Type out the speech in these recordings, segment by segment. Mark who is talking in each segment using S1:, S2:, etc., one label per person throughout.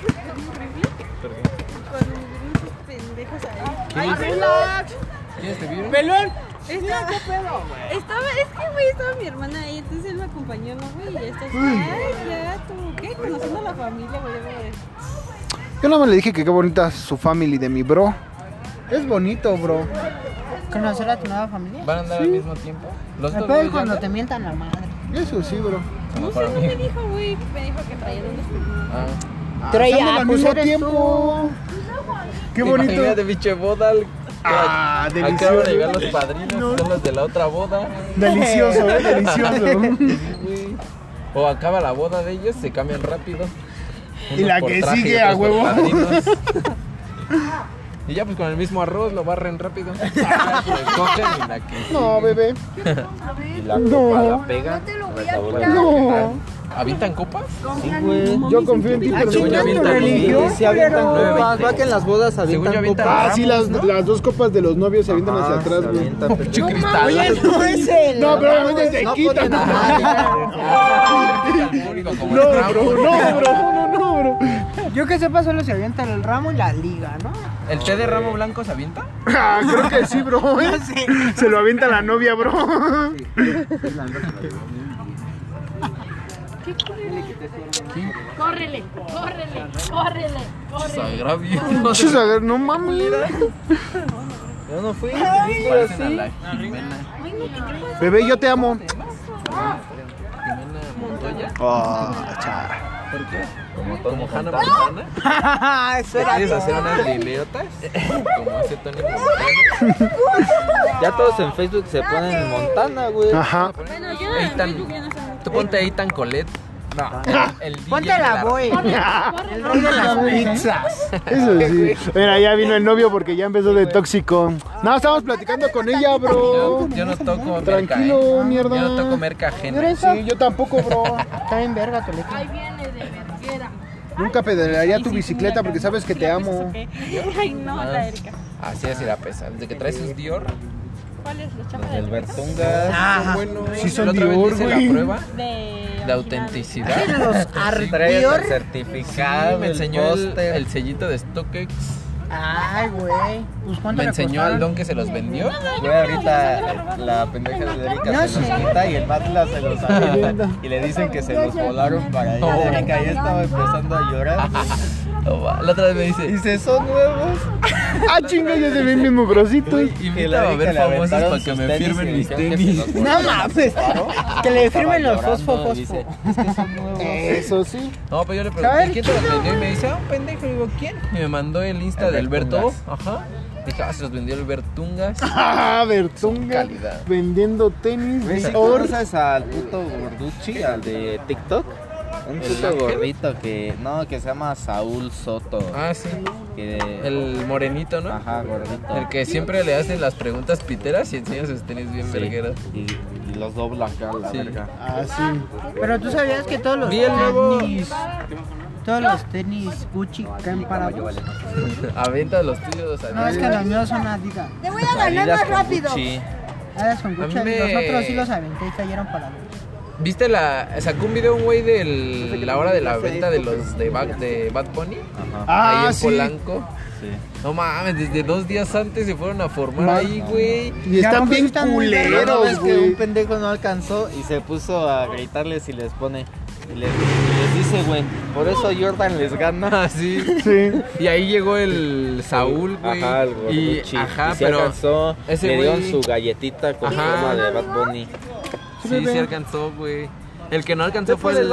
S1: ¿Por qué?
S2: Con unos pendejos ahí.
S1: ¿Qué
S2: ¡Ay,
S1: dices?
S2: relax!
S1: ¿Quiénes te vieron?
S3: ¡Pelón!
S2: Estaba, estaba, es que, güey, estaba mi hermana ahí, entonces él me acompañó, ¿no, güey? Y ya está. Ay, ya, tú, ¿qué? Conociendo a la familia, güey, güey.
S4: Yo nada más le dije que qué bonita su family de mi bro. Es bonito, bro.
S3: ¿Conocer a tu nueva familia?
S1: ¿Van a andar al mismo tiempo? ¿Los
S3: Me
S1: dos
S3: peor
S1: güeyes
S3: cuando
S1: ya
S3: te mientan la madre.
S4: Eso sí, bro.
S1: andan?
S2: No
S1: Mejor
S2: sé, no me
S1: amigo.
S2: dijo, güey. Me dijo que traían unos
S1: Ah.
S3: Traía,
S4: Salen al
S3: pues
S4: mismo
S3: eres
S4: tiempo. Qué bonito.
S1: Imagínate, pinche boda. al-
S4: Ah,
S1: a-
S4: delicioso.
S1: Acaban de llegar los padrinos, son los de la otra boda.
S4: Delicioso, eh, delicioso.
S1: Sí, güey. O acaba la boda de ellos, se cambian rápido.
S4: Y la
S1: por
S4: que
S1: traje y
S4: sigue, a
S1: otros por
S4: huevo.
S1: padrinos. Y ya pues con el mismo arroz lo barren rápido. Ah, Recogen y la que
S4: No, bebé.
S1: y la
S4: No.
S1: copa la pega.
S4: No.
S1: ¿Avientan copas?
S4: Sí, güey. Yo confío en ti,
S3: Ah,
S4: pero
S1: Según yo
S4: soy-
S1: avientan
S5: religión,
S1: copas.
S5: si avientan
S1: culero.
S5: copas, va que en las bodas
S1: Según yo
S5: avientan
S1: avientan
S5: copas.
S4: Ah, sí, las, las dos copas de los novios se avientan hacia
S5: Ah,
S4: atrás,
S5: se
S4: güey.
S5: avientan, pero-
S1: Pinche cristal.
S3: no es el.
S4: No, pero obviamente se
S5: No
S4: quitan.
S5: ponen nada.
S4: No, bro, no, bro, no, no, bro.
S3: Yo que sepa, solo se avientan el ramo y la liga, ¿no?
S1: ¿El té de ramo blanco se avienta?
S4: Ah, creo que sí, bro. ¿eh? Se lo avienta la novia, bro.
S6: Córrele, córrele, córrele, córrele.
S1: Sagravio.
S4: Chis, a ver, no mami.
S5: Yo no fui.
S1: Parecen a la Jimena.
S4: Bebé, yo te amo.
S1: Jimena Montoya.
S4: Ah,
S1: ¿Por qué? Como Hannah
S5: Ah,
S1: Montana.
S3: Eso
S1: ¿Te
S3: era.
S1: ¿Quieres hacer unas lileotas? Como hace Tony Montana.
S5: Ya todos en Facebook se ponen Montana, güey.
S4: Ajá.
S2: Bueno, yo
S1: Ahí
S2: en
S1: están.
S2: Facebook ya no sé mucho.
S1: Tú ponte ahí tan Colette. No. El DJ
S3: Ponte la
S1: Clark.
S3: boy.
S6: Córrele.
S4: pizzas. Eso sí. Mira, ya vino el novio porque ya empezó de tóxico. No, estábamos platicando con ella,
S1: Yo,
S4: bro.
S1: yo no toco merca. ¿eh?
S4: Tranquilo,
S1: Yo no toco
S4: mierda.
S1: merca ajena.
S4: Sí, yo tampoco, bro.
S3: Está en verga, tu letra.
S6: Ahí viene de verguera.
S4: Nunca pedalearía tu bicicleta porque sabes que te amo.
S2: Ay, no, la Erika.
S1: Así así la pesa. Desde que traes sus Dior.
S2: ¿Cuál es la chapa
S5: Los del
S2: de
S1: Ah.
S5: Bertungas.
S1: Bueno,
S4: Sí son
S1: la otra vez
S4: Dior,
S1: hice
S4: güey.
S1: la prueba
S2: De
S1: de autenticidad.
S3: Los
S5: Trae
S3: ardior.
S5: el certificado,
S1: Sí, me
S5: el
S1: enseñó el,
S5: póster.
S1: el sellito de StockX.
S3: Ay, güey. Pues cuánto
S1: Me
S3: le
S1: enseñó
S3: costaron?
S1: al don que se los vendió.
S5: Güey, ahorita la pendeja de Erika
S3: No
S5: se
S3: sé.
S5: los quita y el Matla se los avienta. Y le dicen que se los volaron para ella.
S1: No.
S5: Erika ya estaba empezando a llorar.
S1: No va, La otra vez me dice.
S5: Dice, son nuevos.
S4: Ah, chinga, ya se ven bien mugrositos.
S1: Invítame a ver famosos para que me firmen mis tenis.
S3: No mames. Que le firmen los fosfo,
S5: fosfos
S3: fosfo.
S4: Eso sí.
S1: No, pero yo le
S3: A
S1: pregunté
S3: ver,
S1: quién te los vendió y me dice, ah, un pendejo. Y digo, ¿quién? Y me mandó el Insta de Alberto. Ajá. Dije, ah, se los vendió Albertungas.
S4: Ah, Bertunga.
S1: Calidad.
S4: Vendiendo tenis.
S5: Güey, ¿sí
S4: de oro.
S5: conoces al puto gorduchi, al de TikTok? Un puto gordito que, no, que se llama Saúl Soto.
S1: Ah, sí.
S5: Que,
S1: El morenito, ¿no?
S5: Ajá, gordito.
S1: El que siempre le hace las preguntas piteras y enseña sus tenis bien
S5: Sí,
S1: vergueros.
S5: Y, y los dobla acá, la
S1: Sí.
S5: verga.
S4: Ah, sí.
S3: Pero tú sabías que todos los
S1: Vi el nuevo-
S3: tenis. Todos los tenis Gucci caen parados.
S1: Avienta los tuyos.
S3: No, es que
S1: Adidas.
S3: los míos son Adidas.
S7: Te voy a ganar
S1: Adidas
S7: más
S1: con
S7: rápido.
S1: Gucci.
S3: Adidas con
S1: A mí
S3: Gucci.
S1: me-
S3: Los otros sí los aventé y cayeron parados.
S1: ¿Viste la. Sacó un video un güey de la hora de la venta de los de, Bad- de Bad Bunny?
S5: Ajá,
S4: Ah,
S1: ahí en
S4: sí.
S1: Polanco.
S5: sí.
S1: No mames, desde dos días antes se fueron a formar
S4: Ma-
S1: ahí, güey.
S4: Y
S3: Ya
S4: están
S3: no
S4: bien
S3: están muy
S5: Pero no
S4: culeros,
S5: ves que
S4: güey.
S5: un pendejo no alcanzó y se puso a gritarles y les pone. Y les, y les dice, güey, por eso Jordan les gana.
S1: Así.
S4: Sí.
S1: Ah, Y ahí llegó el Saúl, güey.
S5: Ajá, el
S1: y,
S5: gorduchi.
S1: ajá,
S5: y sí
S1: pero.
S5: alcanzó,
S1: ese
S5: le
S1: güey-
S5: dieron su galletita con
S1: Ajá.
S5: forma de Bad Bunny.
S1: Sí, sí alcanzó, güey. El que no alcanzó fue el.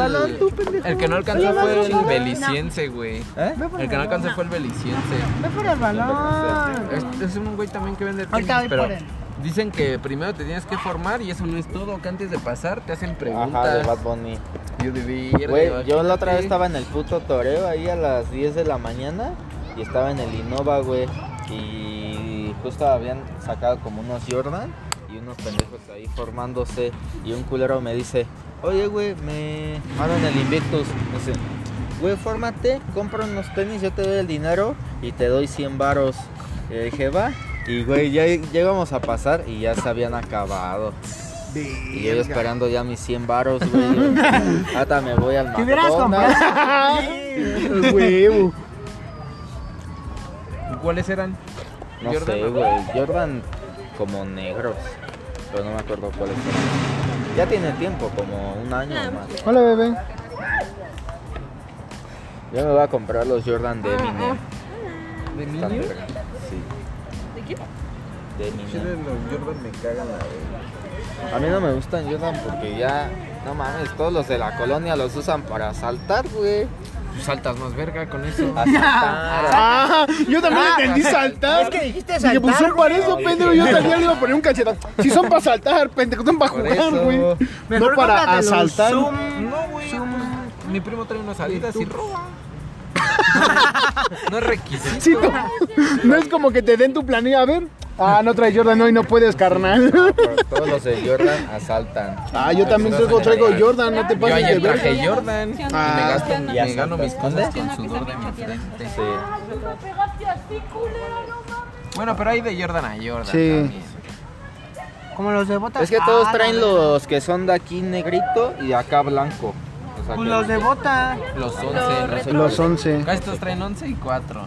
S1: el que no alcanzó fue el beliciense, güey.
S5: ¿Eh?
S1: El que no alcanzó fue el beliciense.
S3: Ve por el balón.
S1: Es, es un güey también que vende tenis,
S3: Ahorita voy
S1: pero
S3: por él.
S1: dicen que primero te tienes que formar y eso no es todo, que antes de pasar te hacen
S5: Ajá, de
S1: preguntas.
S5: Bad Bunny.
S1: Yo de verga,
S5: Güey, yo la otra
S1: imagínate.
S5: vez estaba en el puto toreo ahí a las 10 de la mañana y estaba en el Innova, güey. Y justo habían sacado como unos Jordan y unos pendejos ahí formándose. Y un culero me dice, oye, güey, me mandan el Invictus. Me dice, güey, fórmate, compra unos tenis, yo te doy el dinero y te doy 100 varos. Y le dije, va. Y, güey, ya llegamos a pasar y ya se habían acabado. Y yo esperando ya mis 100 varos, güey. Hasta me voy al
S3: Te hubieras
S5: McDonald's.
S4: Huevo.
S1: ¿Y ¿Cuáles eran?
S5: No
S1: Jordan,
S5: sé,
S1: ¿no?
S5: güey. Jordan como negros. Pero no me acuerdo cuáles son. Ya tiene tiempo, como un año o más.
S4: Hola, bebé.
S5: Yo me voy a comprar los Jordan de Eminem.
S1: ¿De
S5: Están
S1: niño?
S5: verga. Sí.
S2: ¿De quién?
S5: De
S1: Chile,
S5: Eminem.
S1: los Jordan me cagan la verga.
S5: A mí no me gustan Jordan porque ya... No mames, todos los de la colonia los usan para saltar, güey.
S1: Tú Pues, saltas más verga con eso.
S5: Asaltar.
S4: Ah, yo también entendí saltar.
S3: Es que dijiste
S4: Dije,
S3: saltar.
S4: pues son para eso, pendejo. Yo también le iba a poner un cachetón. Si son para saltar, pendejo, son para
S1: Por
S4: jugar,
S1: eso.
S4: güey. No
S3: Mejor
S4: para
S3: cómprate los
S4: asaltar.
S3: Zoom.
S1: No, güey. pues, Mi primo trae unas alitas y roba. no es requisito.
S4: Sí, no. no es como que te den tu planilla. A ver. Ah, no traes Jordan hoy, no puedes, carnal.
S5: Pero Todos los de Jordan asaltan.
S4: Ah, yo también traigo, traigo Jordan, no te
S1: Yo
S4: pases de
S1: ayer
S4: ver.
S1: traje Jordan y me,
S4: Ah.
S1: gasto,
S2: Y
S1: me gano
S5: asaltas.
S1: mis cosas
S5: ¿Dónde?
S1: con sudor de mi frente.
S5: Sí.
S2: Ah,
S6: Me pegaste así, culero, no mames.
S1: Bueno, pero hay de Jordan a Jordan
S4: Sí.
S1: también.
S3: Como los de botas.
S5: Es que todos
S3: Ah,
S5: traen
S3: la verga.
S5: los que son de aquí negrito y de acá blanco. O sea,
S3: Pues
S5: que-
S3: los de bota.
S1: Los 11, no sé.
S4: Los 11.
S1: Casi todos traen 11 y 4.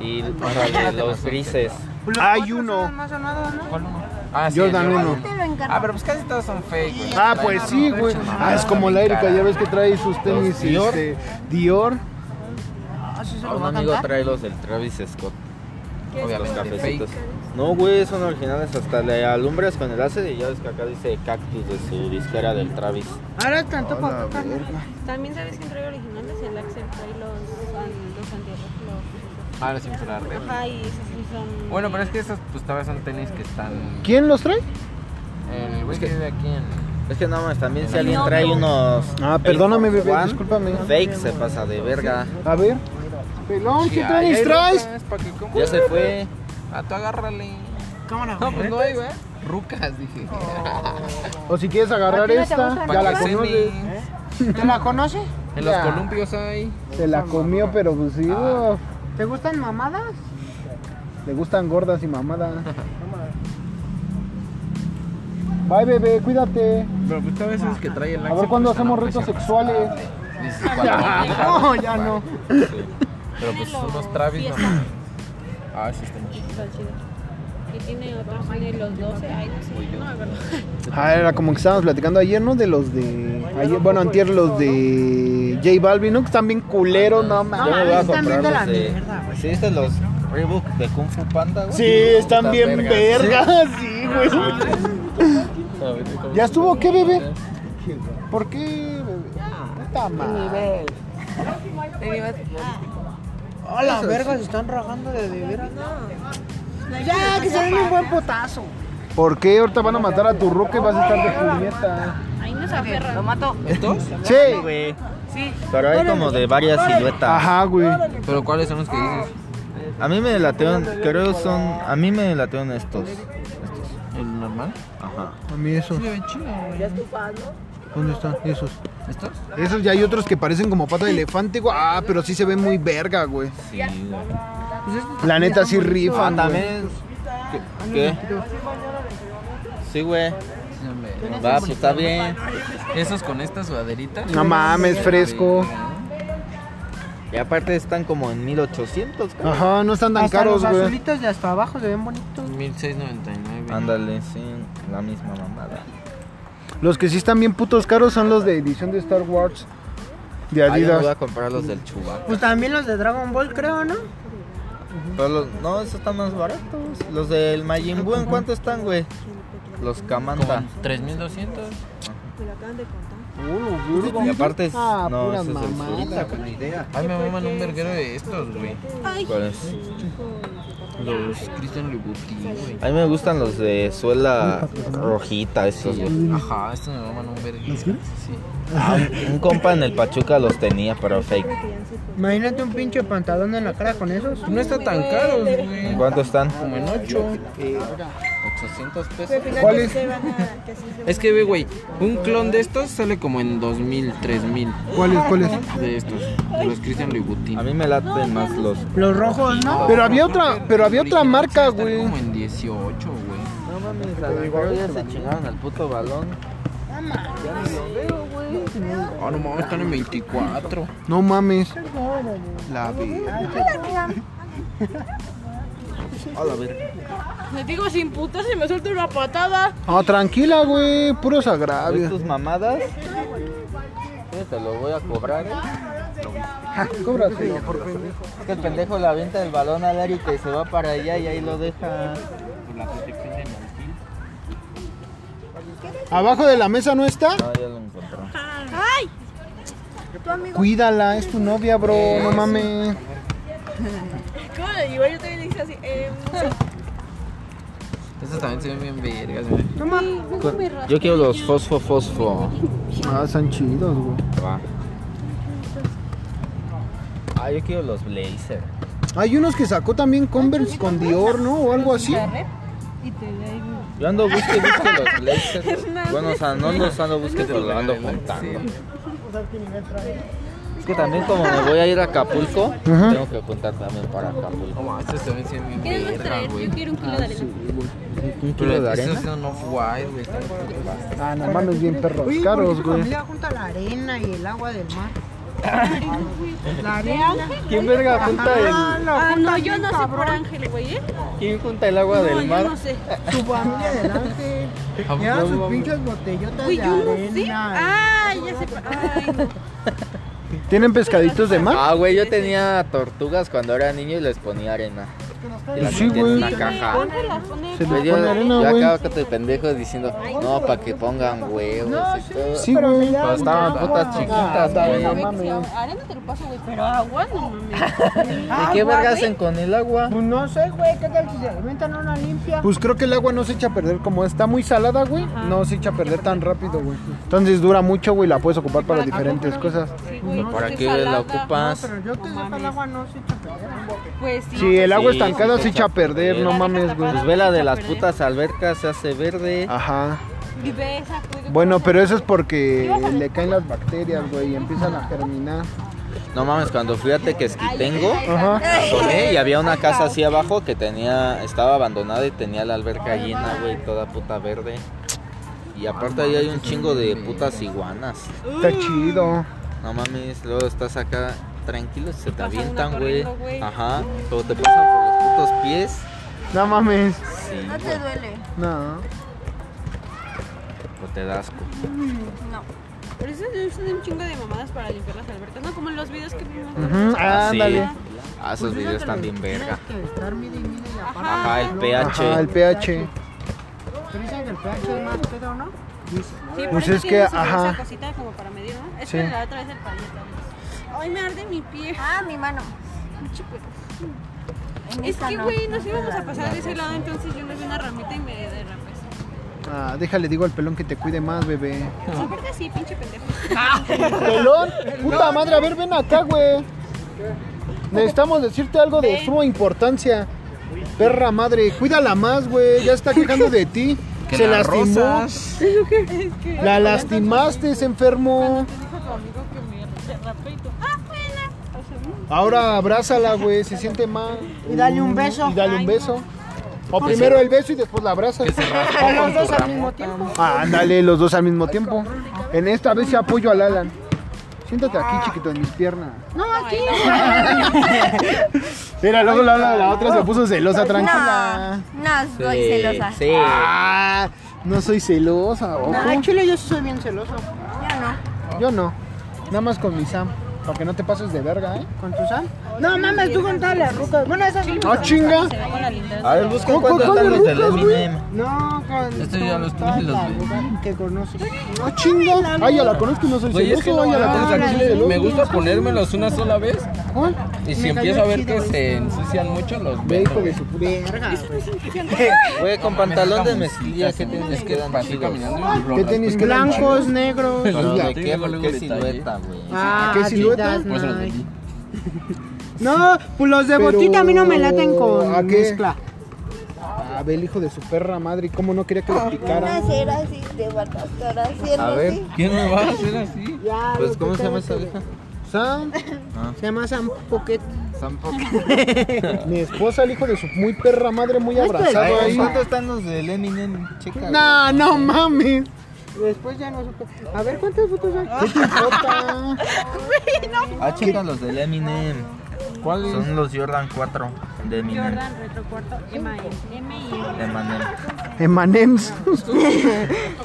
S5: Y o sea, de los grises.
S3: Pues los
S4: Hay
S3: botas son
S4: uno.
S3: los Más sonados, ¿no?
S1: ¿Cuál uno? Ah, sí,
S4: Jordan
S1: el
S4: uno.
S1: Ah, pero pues casi todos son fake, güey.
S4: Ah,
S1: Traen
S4: pues
S1: uno,
S4: sí,
S1: traen
S4: güey.
S1: chingada.
S4: Ah, es como la Erika, ya ves que trae sus tenis
S5: Los Dior.
S4: este, Dior.
S3: Ah, sí se
S5: A
S3: lo
S5: un
S3: va a
S5: amigo
S3: cantar.
S5: trae los del Travis Scott. Los
S1: Obviamente
S5: cafecitos.
S1: fake.
S5: No, güey, son originales. Hasta le alumbras con el ácido y ya ves que acá dice cactus de su disquera del Travis.
S3: Ahora tanto para acá.
S2: También sabes quién trae originales el Axel trae los, an- los antiarrojos.
S1: Ah, los infrarrojos.
S2: Ajá, y esos sí son.
S1: Bueno, pero es que esos pues todavía son tenis que están...
S4: ¿Quién los trae?
S1: El güey que vive aquí en...
S5: Es que no mames, también si alguien trae unos.
S4: Ah, perdóname,
S5: Air Force
S4: bebé,
S5: One,
S4: discúlpame.
S5: Fake se pasa de verga.
S4: A ver. Pelón, ¿qué
S1: Sí,
S4: traes?
S1: ahí
S4: ¿Traes?
S1: rocas, pa' que compres.
S5: Ya se fue.
S1: Ah, tú agárrale.
S3: Cámara.
S1: No, pues no hay, güey. Rucas, dije.
S4: O si quieres agarrar esta, ya
S1: Para
S4: la
S1: que cenes.
S4: conoces. ¿eh?
S3: ¿Te la conoces?
S1: En los
S4: Ya.
S1: columpios hay.
S4: Se la comió, pero pues sí.
S1: Ah.
S4: oh,
S3: ¿Te gustan mamadas?
S4: Le gustan gordas y mamadas. Bye, bebé, cuídate.
S1: Pero pues todas esas que trae el
S4: ver, Axel, ¿cuándo pues, hacemos están retos arrastrando. sexuales?
S1: No,
S3: ya no.
S1: Pero pues unos Travis no. Ah, sí están chidos.
S2: Están chidos. Y tiene otros, tiene los 12. Ay, no sé, no me acuerdo.
S4: Ah, era como que estábamos platicando ayer, ¿no? De los de. Ayer, bueno, antier los de J Balvin, ¿no? Que están bien culeros, no
S5: Yo me voy
S4: mames.
S5: a
S3: mames, están
S5: comprar
S3: bien de
S5: los
S3: la
S5: de.
S3: mierda, güey.
S5: ¿Sí viste los Reebok de Kung Fu Panda, güey?
S4: Sí, están
S5: Puta
S4: bien
S5: verga.
S4: vergas, sí, güey. ¿Ya estuvo qué, bebé? ¿Por qué, bebé? Puta madre.
S3: Ah, la verga, se están rajando de de veras. Ya, que se den un buen potazo.
S4: ¿Por qué ahorita van a matar a tu ruca y vas a estar de puñeta?
S2: Ahí nos aferran.
S3: Lo mato.
S5: Sí,
S4: Sí.
S5: güey. Pero hay como de varias siluetas.
S4: Ajá, güey.
S1: Pero ¿cuáles son los que dices?
S5: A mí me latean, creo son. A mí me latean estos.
S1: ¿El normal?
S5: Ajá.
S4: A mí esos.
S1: Se ven chido, güey.
S4: ¿Dónde están esos?
S1: ¿Estos?
S4: Esos ya hay otros que parecen como pata de elefante, güey. Ah, pero sí se ven muy verga, güey.
S5: Sí, güey.
S4: La neta sí
S5: Ah,
S4: rifan, güey.
S5: también. ¿Qué? ¿Qué? Sí,
S1: Se
S5: güey.
S1: ven-
S5: Va, pues está bien.
S1: ¿Esos con esta sudaderitas?
S4: No mames, fresco.
S5: Y aparte están como en 1800, cabrón.
S4: Ajá, no están tan
S3: Hasta
S4: caros,
S3: los
S4: güey.
S3: azulitos de hasta abajo se ven bonitos.
S1: 1699.
S5: Ándale, sí, la misma mamada.
S4: Los que sí están bien putos caros son los de edición de Star Wars. De
S5: Ah, yo me voy
S4: Adidas.
S5: a comprar los del Chewbacca.
S3: Pues también los de Dragon Ball, creo, ¿no?
S5: Pero los, no, esos están más baratos. Los del Majin Buu, ¿en cuánto están, güey? Los
S1: Ah.
S5: Kamanda.
S1: 3200.
S2: Me lo acaban de contar.
S5: Uh, Y aparte es.
S4: Ah,
S5: No,
S4: puras
S5: ese es el
S4: mamadas,
S5: Zurita,
S4: güey.
S5: güey.
S1: Ay, me maman un verguero de estos, güey.
S2: Ay,
S5: ¿Cuál es?
S1: Los Christian Louboutin, güey.
S5: A mí me gustan los de suela rojita, esos. güey.
S1: Ajá, estos me maman un verguero. Sí.
S5: Ah, un- un compa en el Pachuca los tenía, pero fake.
S3: Imagínate un pinche pantalón en la cara con esos.
S1: No está tan caros, güey.
S5: ¿En cuánto están?
S1: Como en 8. 800 pesos.
S4: ¿Cuál es?
S1: Es que ve, güey, un clon de estos sale como en 2000, 3000.
S4: ¿Cuál es? ¿Cuál es?
S1: De estos, de los Christian Louboutin.
S5: A mí me laten más los.
S3: Los rojos, ¿no?
S4: Pero había otra, pero había otra marca,
S1: Están
S4: güey.
S1: como en 18, güey.
S5: mames,
S4: Te
S5: a la
S4: digo,
S5: mejor
S4: a
S5: ya
S4: veces
S5: se
S4: la
S5: chingaron al puto balón. Ya ni lo veo, güey.
S1: Ah, no mames, están en 24.
S4: No mames. La verga.
S5: A la verga.
S6: Le digo sin putas y me suelta una patada.
S4: Ah, tranquila, güey. Puros
S5: ¿Ves
S4: agravios.
S5: tus mamadas? Sí, te lo voy a cobrar. ¿eh?
S4: Ja, cóbraselo, por favor.
S5: Es que el pendejo la avienta el balón al área y que se va para allá y ahí lo deja.
S4: Abajo de la mesa no está.
S5: No, ya lo encontró.
S4: Cuídala, es tu novia, bro. No mames.
S6: ¿Cómo le digo? Yo también le hice así. Eh,
S1: Estos también se ven bien vergas, güey.
S5: Yo quiero los fosfo fosfo.
S4: Ah, están chidos, güey.
S5: Va. Ah, yo quiero los blazer.
S4: Hay unos que sacó también Converse con Dior, ¿no? O algo así.
S2: Y te digo.
S5: Yo ando busque y busque los blazer. bueno, o sea, no los ando busque, pero los ando juntando. Es que también como me voy a ir a Acapulco,
S4: Ajá.
S5: tengo que juntar también para Acapulco.
S1: No mames, estos también se ven
S2: ¿Qué
S1: bien
S2: debes
S1: vergas,
S2: traer?
S1: güey.
S2: Yo quiero un kilo
S5: Ah,
S2: de arena.
S5: Un kilo de
S1: Pero
S5: arena.
S1: estos son off-white, güey. están putos bastos.
S4: Ah, no mames, bien perros
S3: Oye, ¿por
S4: caros,
S3: qué tu
S4: güey.
S3: familia junta la arena y el agua del mar? La arena.
S5: ¿Quién verga junta
S3: Ah,
S5: el,
S3: la
S2: Ah, no,
S3: junta
S2: yo
S3: bien
S2: no sé por
S3: cabrón.
S2: Ángel, güey, ¿eh?
S5: quién junta el agua
S2: No,
S5: del
S2: yo
S5: mar?
S2: no sé.
S3: Tu familia del ángel.
S1: ¿A
S4: Ah,
S1: poco?
S3: Llevan
S5: Ah,
S3: sus pinches botellotas
S2: Güey,
S3: de
S2: yo no
S3: arena.
S2: sé. Ah, ya sé. Ay, no.
S4: ¿Tienen pescaditos de mar?
S5: Ah, güey, yo tenía tortugas cuando era niño y les ponía arena. Y las
S4: Sí,
S5: metía en
S4: güey.
S5: una
S2: Sí, güey,
S5: caja.
S2: Ángel las pone
S4: Se
S5: Me
S4: les
S5: dio,
S4: pone
S5: yo
S4: arena, güey.
S5: acá con tu pendejo diciendo, no, para que pongan huevos y todo.
S4: Sí, güey.
S5: Pero estaban putas chiquitas, güey.
S2: Ve que si Arena te lo paso, güey, pero agua no mames.
S5: ¿Y qué verga hacen con el agua?
S3: Pues no sé, güey, ¿qué tal si se alimentan una limpia?
S4: Pues creo que el agua no se echa a perder, como está muy salada, güey, no se echa a perder tan rápido, güey. Entonces dura mucho, güey, la puedes ocupar para diferentes cosas.
S2: Sí, güey,
S5: ¿Para
S2: porque
S5: qué la
S2: salada.
S5: ocupas?
S3: Pero yo que sepa el agua no se echa a perder.
S2: Pues sí.
S4: Si el agua
S5: Sí,
S4: estancada
S5: sí,
S4: se echa a perder, no
S2: La dejas
S4: mames, güey.
S2: tapada.
S5: Pues vela de las putas albercas se hace verde.
S4: Ajá.
S2: Vive esa, pues, güey.
S4: Bueno, pero eso es porque le caen las bacterias, güey, y empiezan a germinar.
S5: No mames, cuando fui a Tequesquitengo,
S4: Ajá.
S5: asomé y había una casa así abajo que tenía, estaba abandonada y tenía la alberca llena, güey, toda puta verde. Y aparte ahí hay un chingo de putas iguanas.
S4: Está chido.
S5: No mames, luego estás acá tranquilo y se te
S2: Pasa una
S5: avientan, güey.
S2: corriendo, güey.
S5: Ajá, luego te pasan por los putos pies.
S4: No mames.
S5: Sí,
S6: No te
S5: güey,
S6: duele.
S4: No.
S5: o te das asco.
S6: No.
S2: Pero eso es usan un chingo de mamadas para limpiar las albercas. No, como en los videos que vimos.
S4: Ujú,
S5: Ah, sí.
S4: Ándale.
S5: Ah, esos videos están bien verga.
S3: Tienes que estar mide y mide y aparte.
S5: Ajá,
S2: Ah,
S5: el
S4: Ajá, el
S5: pH.
S4: pH.
S3: Pero dicen que el pH es más pedo, ¿no?
S2: Sí,
S4: Pues
S2: por eso
S4: es que,
S2: tiene su-
S4: ajá.
S2: Esa cosita como para medir, ¿no? Es
S4: Sí.
S2: que la otra vez el palito. Ay, me arde mi pie.
S6: Ah, mi mano.
S2: Pinche perro.
S6: En
S2: Es
S6: esta
S2: que,
S6: no.
S2: güey, nos íbamos a pasar de ese lado, entonces yo me vi una ramita y me derrapé.
S4: Ah, déjale, digo al pelón que te cuide más, bebé.
S2: Aparte sí, pinche pendejo.
S4: Pelón, puta madre, a ver, ven acá, güey. Necesitamos decirte algo de suma importancia. Perra madre, cuídala más, güey. Ya está quejando de ti.
S1: Que
S4: Se
S1: las
S4: lastimó.
S1: rosas.
S2: Es que
S4: La lastimaste, se enfermó.
S2: te dijo tu amigo que me derrapé y tú, ¡ah, buena! O sea, mm.
S4: Ahora abrázala, güey. Se siente mal.
S3: Y dale un beso.
S4: Y dale un beso. O primero el beso y después la abrazas.
S1: Que se raspó con tu ramo.
S4: Ah, ándale, los dos al mismo tiempo. En esta vez se apoyo al Alan. Siéntate aquí, chiquito, en mis piernas. No, aquí. Mira, luego la, la, la otra se puso celosa, tranquila.
S6: No, no soy celosa.
S5: Sí.
S4: Ah, no soy celosa, ojo.
S3: No, en Ah, Chile yo sí soy bien celoso.
S6: Yo no.
S4: Yo no. Nada más con mi Sam. Para que no te pases de verga, ¿eh?
S3: ¿Con tu Sam? No mames, tú contale a Ruca. Bueno, esa sí.
S4: ¡Ah, chinga!
S2: Se ve con la linda.
S5: A ver, busca
S4: ¿Cu- cu-
S5: cuánto están
S4: cuáles
S5: los del
S4: rucas, güey?
S5: Eminem.
S3: No, con.
S1: Estos ya
S3: con
S1: los
S3: todas
S1: tienes, los
S3: las
S1: ves.
S3: rucas Que conoces.
S4: ¡Ah, chinga! Ay, ya la conozco y no soy
S1: Güey, este
S4: celoso.
S1: es que no
S4: ay, ya la
S1: mames,
S4: conozco.
S1: al
S4: y
S1: chile,
S4: soy
S1: me
S4: celoso.
S1: gusta ponérmelos una sola vez
S4: ¿Cuál?
S1: y
S3: Me
S1: si
S3: cayó
S1: empiezo a ver
S3: chido
S1: que
S3: esto.
S1: se ensucian mucho los
S4: Ve, hijo
S1: veo.
S4: de su verga. güey.
S5: Güey, con pantalón de mezclilla, ¿qué tenis quedan
S1: Pasé
S5: chidos?
S1: caminando y
S4: ¿Qué
S1: rolas,
S4: tenis
S1: pues,
S3: Blancos, negros.
S5: Pero
S1: Ya.
S5: de qué, por qué
S1: Luego detalle.
S5: silueta, güey.
S3: Ah,
S4: ¿Qué silueta?
S3: chidas,
S1: Por eso los
S3: nice.
S1: vendí.
S3: No, pues los de
S4: Pero-
S3: botita a mí no me laten con
S4: ¿A qué?
S3: mezcla.
S4: A ver, Ah, hijo de su perra madre, ¿y cómo no quería que lo picara?
S6: Hacer así, te van a estar
S5: A
S6: haciendo
S5: ver.
S6: así.
S1: ¿Quién me va a hacer Ah, así?
S3: Ya,
S5: Pues,
S3: lo
S5: ¿cómo
S3: que
S5: se
S3: tengo
S5: llama esa
S3: que
S5: vieja?
S3: ver. Sam.
S5: Ah.
S3: Se llama Sam Pocket.
S4: Mi esposa, el hijo de su muy perra madre, muy abrazado
S5: Ay,
S4: ahí.
S5: ¿Cuántos están los del Eminem? Checa.
S4: No, no mames.
S3: Después ya no supe. A ver, ¿cuántas fotos hay?
S4: ¿Qué te importa?
S5: güey. Ah, checa los del Eminem. ¿Cuáles? Son los Jordan 4 de Eminem.
S2: Jordan, retrocuarto, M, M y M.
S5: De Eminem.
S4: Emanems.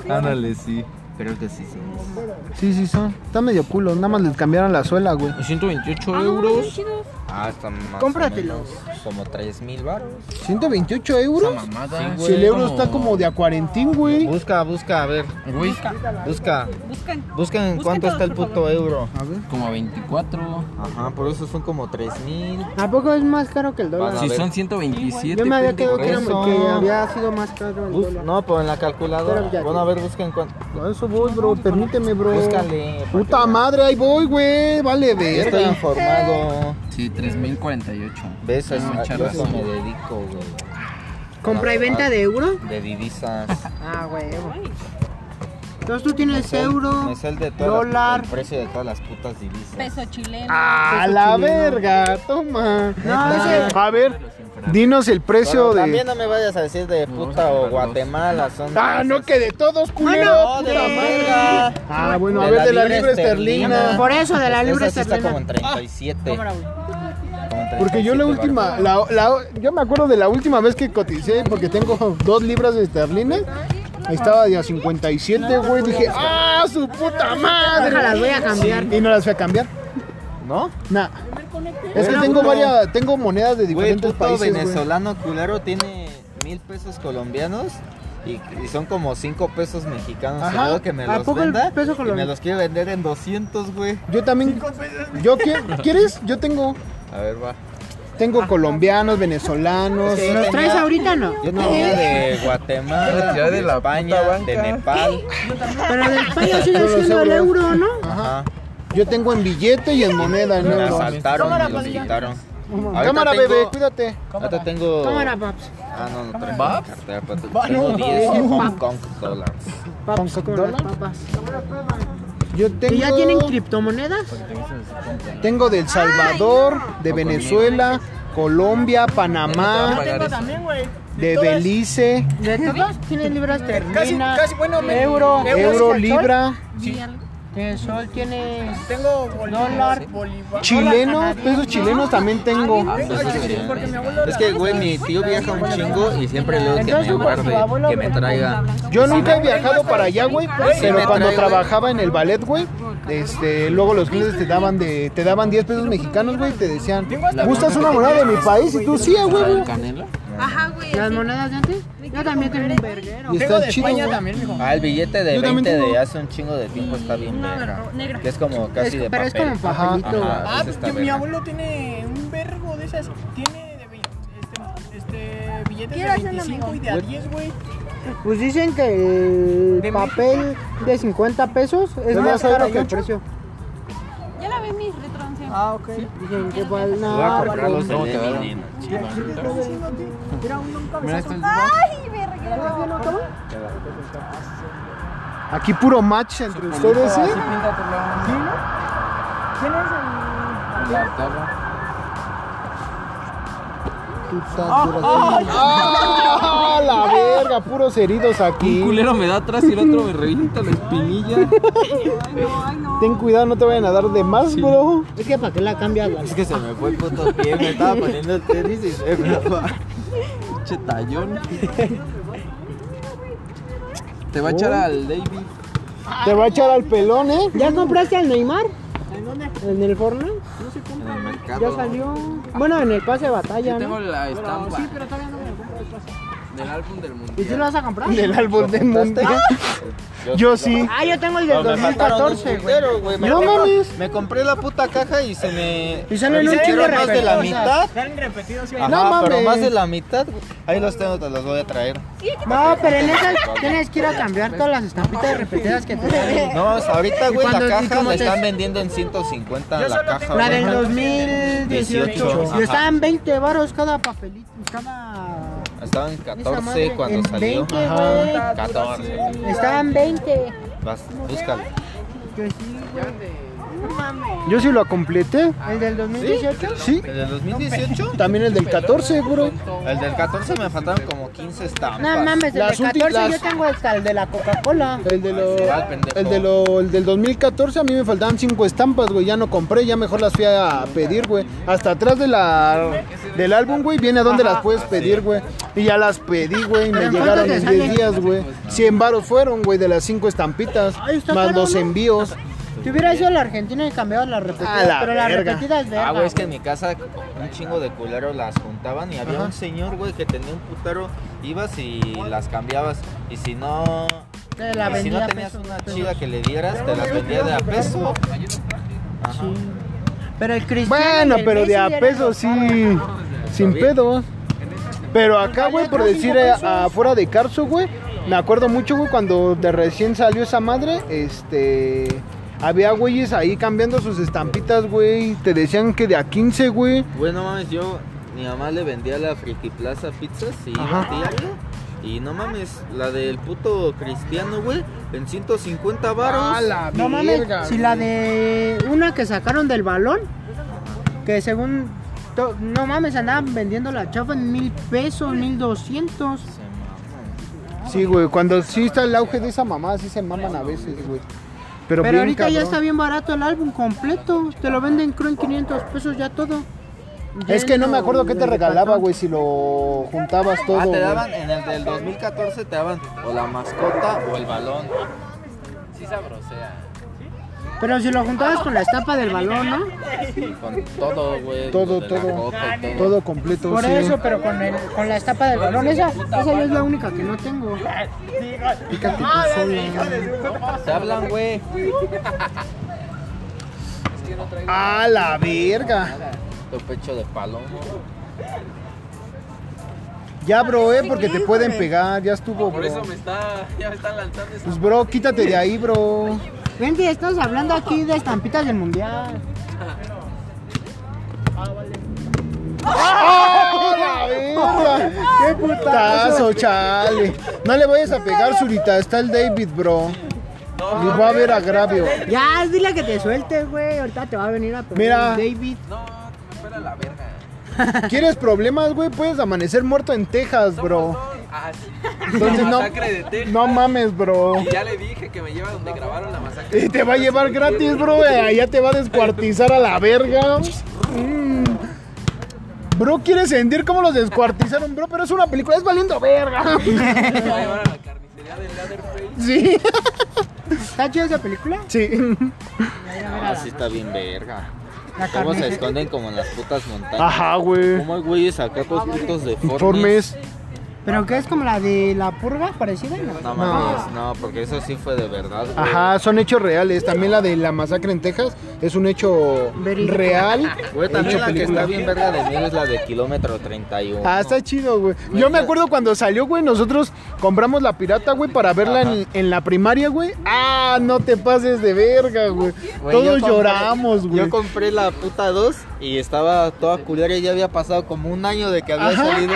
S5: Ándale, sí. Creo que este sí, sí.
S4: Sí, sí, son. Está medio culo. Nada más les cambiaron la suela, güey.
S1: 128
S2: Ah, no, son
S1: euros.
S2: chidos.
S5: Ah, está más.
S3: Cómpratelos.
S5: o menos Como 3 mil baros.
S4: 128 euros.
S5: Mamada.
S4: Si el euro está como de a cuarentín, güey.
S5: Busca, busca, a ver.
S1: Güey,
S5: Busca.
S2: Buscan.
S5: Busca en
S2: Busquen
S5: cuánto
S2: todos,
S5: está el
S2: por
S5: puto
S2: favor.
S5: euro.
S4: A ver.
S1: como a 24.
S5: Ajá, por eso son como 3 mil.
S3: ¿A poco es más caro que el
S5: Van
S3: dólar?
S5: a
S1: Si
S5: ver.
S1: son 127.
S3: Yo me había quedado que, era-
S5: Eso.
S3: que había sido más caro el
S5: Bus-
S3: dólar.
S5: No, pero en la
S3: Pero ya,
S5: calculadora. Bueno, a ver, busca en cuánto.
S4: A eso voy, bro. Permíteme, bro.
S5: Búscale. para
S4: Puta
S5: que veas.
S4: madre, ahí voy, güey. Vale,
S5: Estoy
S4: verga.
S5: informado.
S1: Sí, 3048.
S5: ¿Ves? A
S1: Mucha
S5: a eso
S1: razón.
S5: me dedico, güey.
S3: ¿Compra y venta de euro?
S5: De divisas.
S3: Ah, güey. Entonces tú tienes euro.
S5: Me sé el de todas las-
S3: dólar.
S5: el precio de todas las putas divisas.
S2: Peso chileno.
S4: A la verga, toma.
S3: No, ese-
S4: A ver, dinos el precio
S5: Pero
S4: de.
S5: También no me vayas a decir de puta o Guatemala. Son
S4: Ah, no, que de todos, culero.
S5: No, de la verga.
S4: Ah, bueno, a ver, de la libra esterlina.
S3: Por eso, de la libra
S5: Esa sí está como
S3: esterlina.
S5: en 37. Como en
S4: Porque yo la
S5: 37
S4: última,
S5: baros.
S4: la, la- yo me acuerdo de la última vez que coticé, porque tengo dos libras de esterlina, estaba de a 57, güey, dije, ¡ah, su puta madre!
S3: Déjalas, voy a cambiar.
S4: Sí, Y no las voy a cambiar,
S5: ¿No?
S4: nah. Es que tengo varias, tengo monedas de
S5: Güey, el
S4: diferentes
S5: puto
S4: países, güey.
S5: venezolano culero tiene mil pesos colombianos y, y son como cinco pesos mexicanos.
S4: Ajá.
S5: Seguro que me
S3: ¿A
S5: los
S3: poco el
S5: venda
S3: peso
S5: y me
S3: colombiano?
S5: los quiere vender en 200, güey.
S4: Yo también, yo qui- ¿quieres? Yo tengo,
S5: A ver, va.
S4: tengo colombianos, venezolanos,
S5: Sí.
S3: ¿Los traes ahorita no?
S5: Yo tenía de Guatemala,
S1: Ya
S5: de,
S1: de la puta
S5: España,
S1: banca.
S5: de Nepal.
S3: Pero de España sigue
S4: Pero los
S3: siendo el
S4: euros.
S3: euro, ¿no?
S5: Ajá.
S4: yo tengo en billete y en moneda, en
S5: Me
S4: euro.
S5: asaltaron y los quitaron. Ahorita
S4: Cámara,
S5: tengo-
S4: bebé, cuídate.
S5: Ahorita tengo.
S3: Cámara, paps.
S5: Ah, no, no traigo
S1: ¿Babs?
S5: cartera, pero Tengo 10 Hong Kong dólares.
S3: Paps
S4: ¿Con
S3: con las
S4: dólar?
S3: papas.
S4: Yo tengo...
S3: ¿Y ya tienen criptomonedas?
S4: Tengo de El Salvador, de
S5: pues,
S4: Venezuela, Colombia,
S1: Yo
S4: Panamá,
S1: tengo
S6: también, güey.
S4: de Belice,
S3: ¿De todos? ¿Tienes libras esterlina?
S7: bueno,
S3: Euro,
S4: euro, libra,
S3: ¿Tienes sol? ¿Tienes
S7: Tengo
S3: dólar?
S4: chilenos, pesos chilenos también tengo.
S5: Ah, pues, eso sería. Es que, güey, mi tío viaja un chingo y siempre le digo que me
S3: Entonces, pues, tu
S5: guarde,
S3: abuelo
S5: que me
S3: me-
S5: traiga.
S4: Yo nunca he viajado para allá, güey, pero
S5: me
S4: cuando
S5: traigo, güey.
S4: trabajaba en el ballet, güey, este, luego los clientes te daban de te daban 10 pesos mexicanos, güey, y te decían, "¿Gustas una moneda de mi país?" y tú sí, a huevo.
S1: Ah, canela?
S2: Ajá, güey.
S3: ¿Las
S2: así.
S3: monedas de antes? Yo también tengo un verguero.
S4: Y está chido. güey.
S5: Ah, el billete de
S4: Yo también
S5: 20
S4: tengo.
S5: de hace un chingo de tiempo está bien
S2: Una
S5: verga.
S2: negra.
S5: Que es como
S3: Es-
S5: casi de
S3: pero es como
S5: papel.
S3: papelito.
S5: Ajá,
S7: Ah,
S5: ese
S7: pues
S5: está
S7: que mi
S5: verga.
S7: abuelo tiene un vergo de esas. Tiene de, vi- este, este, billetes de
S6: Quiero hacer una
S7: 25 y de a 10, güey.
S3: Pues dicen que el papel de 50 pesos
S4: ¿De
S3: es más
S4: verdad?
S3: caro que el precio.
S2: Ya la ves mis retroncias.
S7: Ah, ok.
S3: Dicen que pues
S5: Voy a
S3: nada.
S5: comprar los del Eminem.
S2: Ay, verga.
S4: Aquí puro match entre ustedes, ¿eh? Puta dura- ¡Ah, la verga! Puros heridos
S1: Un
S4: aquí.
S1: culero me da atrás y el otro me revienta la espinilla.
S2: Ay, no, ay, no.
S4: Ten cuidado, no te vayan a dar de más, bro.
S3: Es que para qué la cambias. güey?
S5: Es que se me fue el puto pie, me estaba poniendo el tenis y se me fue.
S1: Che tallón. Te va a echar al David.
S4: Te va a echar al pelón, ¿eh?
S3: ¿Ya compraste al Neymar? ¿En dónde? En el Fortnite.
S1: En el
S3: Ya
S1: mercado.
S3: salió. Bueno, en el pase de batalla,
S1: Yo tengo
S3: ¿no?
S1: la estampa. Sí, pero todavía no me Del álbum del
S3: ¿Y tú
S1: mundial.
S3: lo vas a comprar?
S4: Del árbol del monte. Yo sí.
S3: Ah, yo tengo el del
S5: Pues
S3: 2014, güey.
S5: güey.
S4: No
S5: compré-
S4: mames.
S5: me compré la puta caja y se me.
S3: Y salen un
S5: hicieron
S3: chingo
S5: más de la mitad.
S7: Están repetidos, güey.
S5: Ajá,
S4: No
S5: pero
S4: mames.
S5: más de la mitad. güey. Ahí los tengo, te los voy a traer.
S3: No, pero en esas tienes que ir a cambiar todas las estampitas repetidas que te salen.
S5: No, mames, ahorita, güey,
S3: cuándo-
S5: la
S3: y
S5: caja
S3: cómo
S5: la
S3: te-
S5: están vendiendo en 150
S7: Yo
S5: la
S7: solo
S5: caja.
S7: tengo-
S3: La
S5: güey.
S3: del
S5: Dieciocho,
S3: 2018.
S5: ajá.
S3: Y estaban 20 varos cada papelito, cada...
S5: Estaban en
S3: Esa
S5: 14
S3: madre,
S5: cuando
S3: en
S5: salió.
S3: 20,
S5: Ajá,
S3: güey.
S5: 14.
S3: Estaban 20.
S5: Vas, búscalo.
S3: Que sí, güey.
S4: Yo sí lo completé.
S3: ¿El del 2018?
S4: Sí.
S5: ¿El del 2018?
S4: También el del 14, güey.
S5: El del 14 me faltaron como 15 estampas.
S3: No mames, el
S4: Las
S3: del
S4: ulti-
S3: 14 yo
S4: las-
S3: tengo hasta el de la Coca-Cola.
S4: El de lo,
S5: Igual, pendejo.
S4: el de lo, el del 2014 a mí me faltaban cinco estampas, güey. Ya no compré, ya mejor las fui a pedir, güey. Hasta atrás de la del álbum, güey, viene a dónde las puedes pedir, güey. Y ya las pedí, güey, y me
S3: ¿Pero en
S4: llegaron
S3: cuánto
S4: en
S3: te
S4: 10
S3: sale?
S4: días, güey. 100 varos fueron, güey, de las cinco estampitas,
S3: Ahí está
S4: más
S3: caro,
S4: los
S3: ¿no?
S4: envíos.
S3: Si hubiera ido a la Argentina y cambiado las repetidas,
S4: A la
S3: pero las
S4: verga.
S3: repetidas, verga.
S5: Ah, güey, es que en mi casa un chingo de culeros las juntaban y había
S4: Ajá.
S5: un señor, güey, que tenía un putero. Ibas y las cambiabas. Y si no.
S3: Te la
S5: y si no
S3: vendía a
S5: tenías
S3: pesos,
S5: una
S3: pesos.
S5: chida que le dieras, te las vendía de a peso. Ajá.
S3: Pero el cristiano.
S4: Bueno,
S3: y el
S4: pero
S3: Messi
S4: de a
S3: eran
S4: peso
S3: los
S4: sí,
S3: caros.
S4: sin pedos. Pero acá, güey, por decir eh, afuera de Carso, güey, me acuerdo mucho, güey, cuando de recién salió esa madre, este. Había güeyes ahí cambiando sus estampitas, güey. Te decían que de a 15, güey.
S5: Güey, no mames, yo, mi mamá le vendía la Friki Plaza pizzas y
S4: Ajá.
S5: diario. Y no mames, la del puto cristiano, güey, en 150 varos. Ah,
S3: No mames,
S4: verga,
S3: si la de una que sacaron del balón, que según. to- no mames, andaban vendiendo la chafa en mil pesos, mil doscientos.
S5: Se mamó.
S4: Sí, güey, cuando sí está el auge de esa mamá, sí se maman a veces, güey. Pero,
S3: Pero
S4: bien
S3: ahorita ya
S4: cabrón.
S3: está bien barato el álbum completo. Te lo venden creo en 500 pesos ya todo.
S4: Es que no me acuerdo qué
S3: que
S4: te regalaba, güey, si lo juntabas todo.
S5: Ah, te
S4: güey.
S5: daban, en el del 2014 te daban o la mascota o el balón. Sí sabrosea.
S3: Pero si lo juntabas con la estampa del balón, ¿no?
S5: Con todo, güey.
S4: Todo,
S5: de la
S4: todo.
S5: coca y
S4: Todo completo,
S3: Por
S4: sí.
S3: eso, pero con, el, con la estapa del balón. Esa, esa ya es la única que no tengo.
S4: Fíjate tú
S3: Ah,
S4: sola.
S5: Te hablan, güey.
S4: A la verga.
S5: Tu pecho de palomo.
S4: Ya, bro, eh, porque te pueden pegar. Ya estuvo,
S1: Por eso
S4: bro.
S1: me está, ya me están lanzando esa...
S4: Pues, bro, quítate de ahí, bro.
S3: Vente, estamos hablando aquí de estampitas del mundial.
S4: ¡A la verga! ¡Qué putazo, chale! No le vayas a pegar, Zurita. Está el David, bro. Y va a haber agravio.
S3: Ya, dile que te sueltes, güey. Ahorita te va a venir a pegar
S4: Mira.
S3: David.
S1: No, me espera la verga.
S4: ¿Quieres problemas, güey? Puedes amanecer muerto en Texas, bro.
S1: Ah, sí.
S4: Entonces,
S1: la
S4: no,
S1: masacre de Texas.
S4: no mames, bro.
S1: Ya le dije que me lleva donde grabaron la masacre.
S4: Y te va a llevar gratis, bro. eh, Allá te va a descuartizar a la verga. Mm. Bro, quiere sentir cómo los descuartizaron, bro, pero es una película, es valiendo verga.
S1: Me va a llevar a la carnicería de Leatherface.
S4: Sí.
S3: ¿Está chida esa película?
S4: Sí.
S5: Ah, sí está bien verga.
S3: La
S5: ¿Cómo se
S3: carne.
S5: esconden como en las putas montañas?
S4: Ajá, güey.
S5: ¿Cómo hay güeyes acá con putos deformes?
S4: Informes.
S3: ¿Pero qué es como la de la purga parecida? ¿no?
S5: No mames, no, porque eso sí fue de verdad, güey.
S4: Ajá, son hechos reales. También la de la masacre en Texas es un hecho
S3: Verídico.
S4: real.
S5: Güey, también
S4: hecho
S5: la que
S4: película.
S5: está bien verga de mí es la de kilómetro 31.
S4: Ah, está chido, güey. Yo me acuerdo cuando salió, güey, nosotros compramos la pirata, güey, para verla en, en la primaria, güey. Ah, no te pases de verga, güey.
S5: Güey, yo
S4: Todos
S5: compré-
S4: lloramos, güey.
S5: Yo compré la puta 2 y estaba toda culera y ya había pasado como un año de que había salido.